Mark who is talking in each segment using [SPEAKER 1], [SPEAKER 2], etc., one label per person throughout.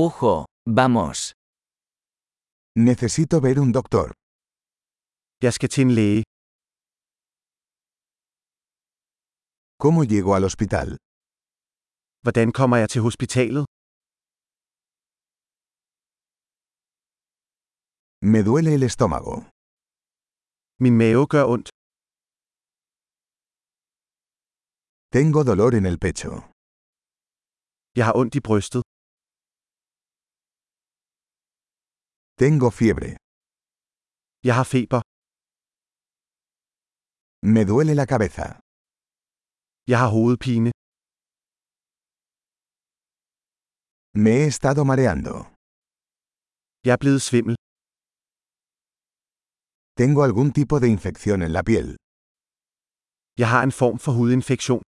[SPEAKER 1] Ujo, vamos.
[SPEAKER 2] Necesito ver un doctor.
[SPEAKER 3] Jeg skal til en læge.
[SPEAKER 2] ¿Cómo llego al hospital?
[SPEAKER 3] Hvordan kommer jeg til hospitalet?
[SPEAKER 2] Me duele el estómago.
[SPEAKER 3] Min mave gør ondt.
[SPEAKER 2] Tengo dolor en el pecho.
[SPEAKER 3] Jeg har ondt i brystet.
[SPEAKER 2] Tengo fiebre.
[SPEAKER 3] Jeg har feber.
[SPEAKER 2] Me duele la cabeza.
[SPEAKER 3] Jeg har hovedpine.
[SPEAKER 2] Me he estado mareando.
[SPEAKER 3] Jeg er blevet svimmel.
[SPEAKER 2] Tengo algún tipo de infección en la piel.
[SPEAKER 3] Jeg har en form for hudinfektion.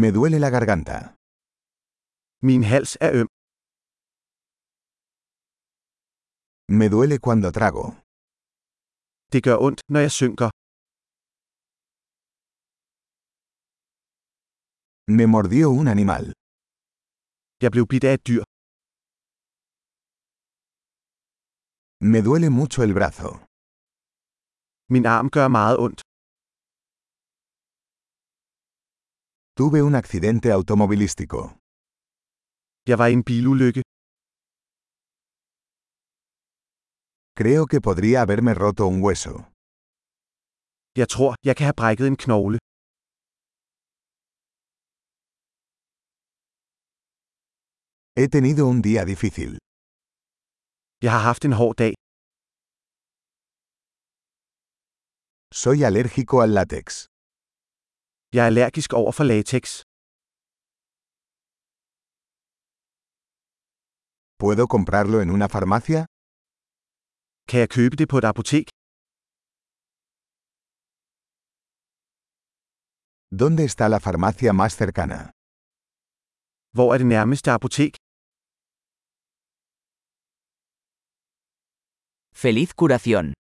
[SPEAKER 2] Me duele la garganta.
[SPEAKER 3] Min hals er øm.
[SPEAKER 2] Me duele cuando trago.
[SPEAKER 3] Det gør ondt, når jeg synker.
[SPEAKER 2] Me mordió un animal.
[SPEAKER 3] Jeg blev bidt af et dyr.
[SPEAKER 2] Me duele mucho el brazo.
[SPEAKER 3] Min arm gør meget ondt.
[SPEAKER 2] Tuve un accidente automovilístico.
[SPEAKER 3] Jeg var i en bilulykke.
[SPEAKER 2] Creo que podría haberme roto un hueso.
[SPEAKER 3] Jeg tror, jeg kan have brækket en knogle.
[SPEAKER 2] He tenido un día difícil.
[SPEAKER 3] Jeg har haft en hård dag.
[SPEAKER 2] Soy alérgico al látex.
[SPEAKER 3] Jeg er allergisk over for latex.
[SPEAKER 2] ¿Puedo comprarlo en una farmacia?
[SPEAKER 3] Kan jeg købe det på et apotek?
[SPEAKER 2] ¿Dónde está la farmacia más cercana?
[SPEAKER 3] Hvor er det nærmeste apotek?
[SPEAKER 1] Feliz curación.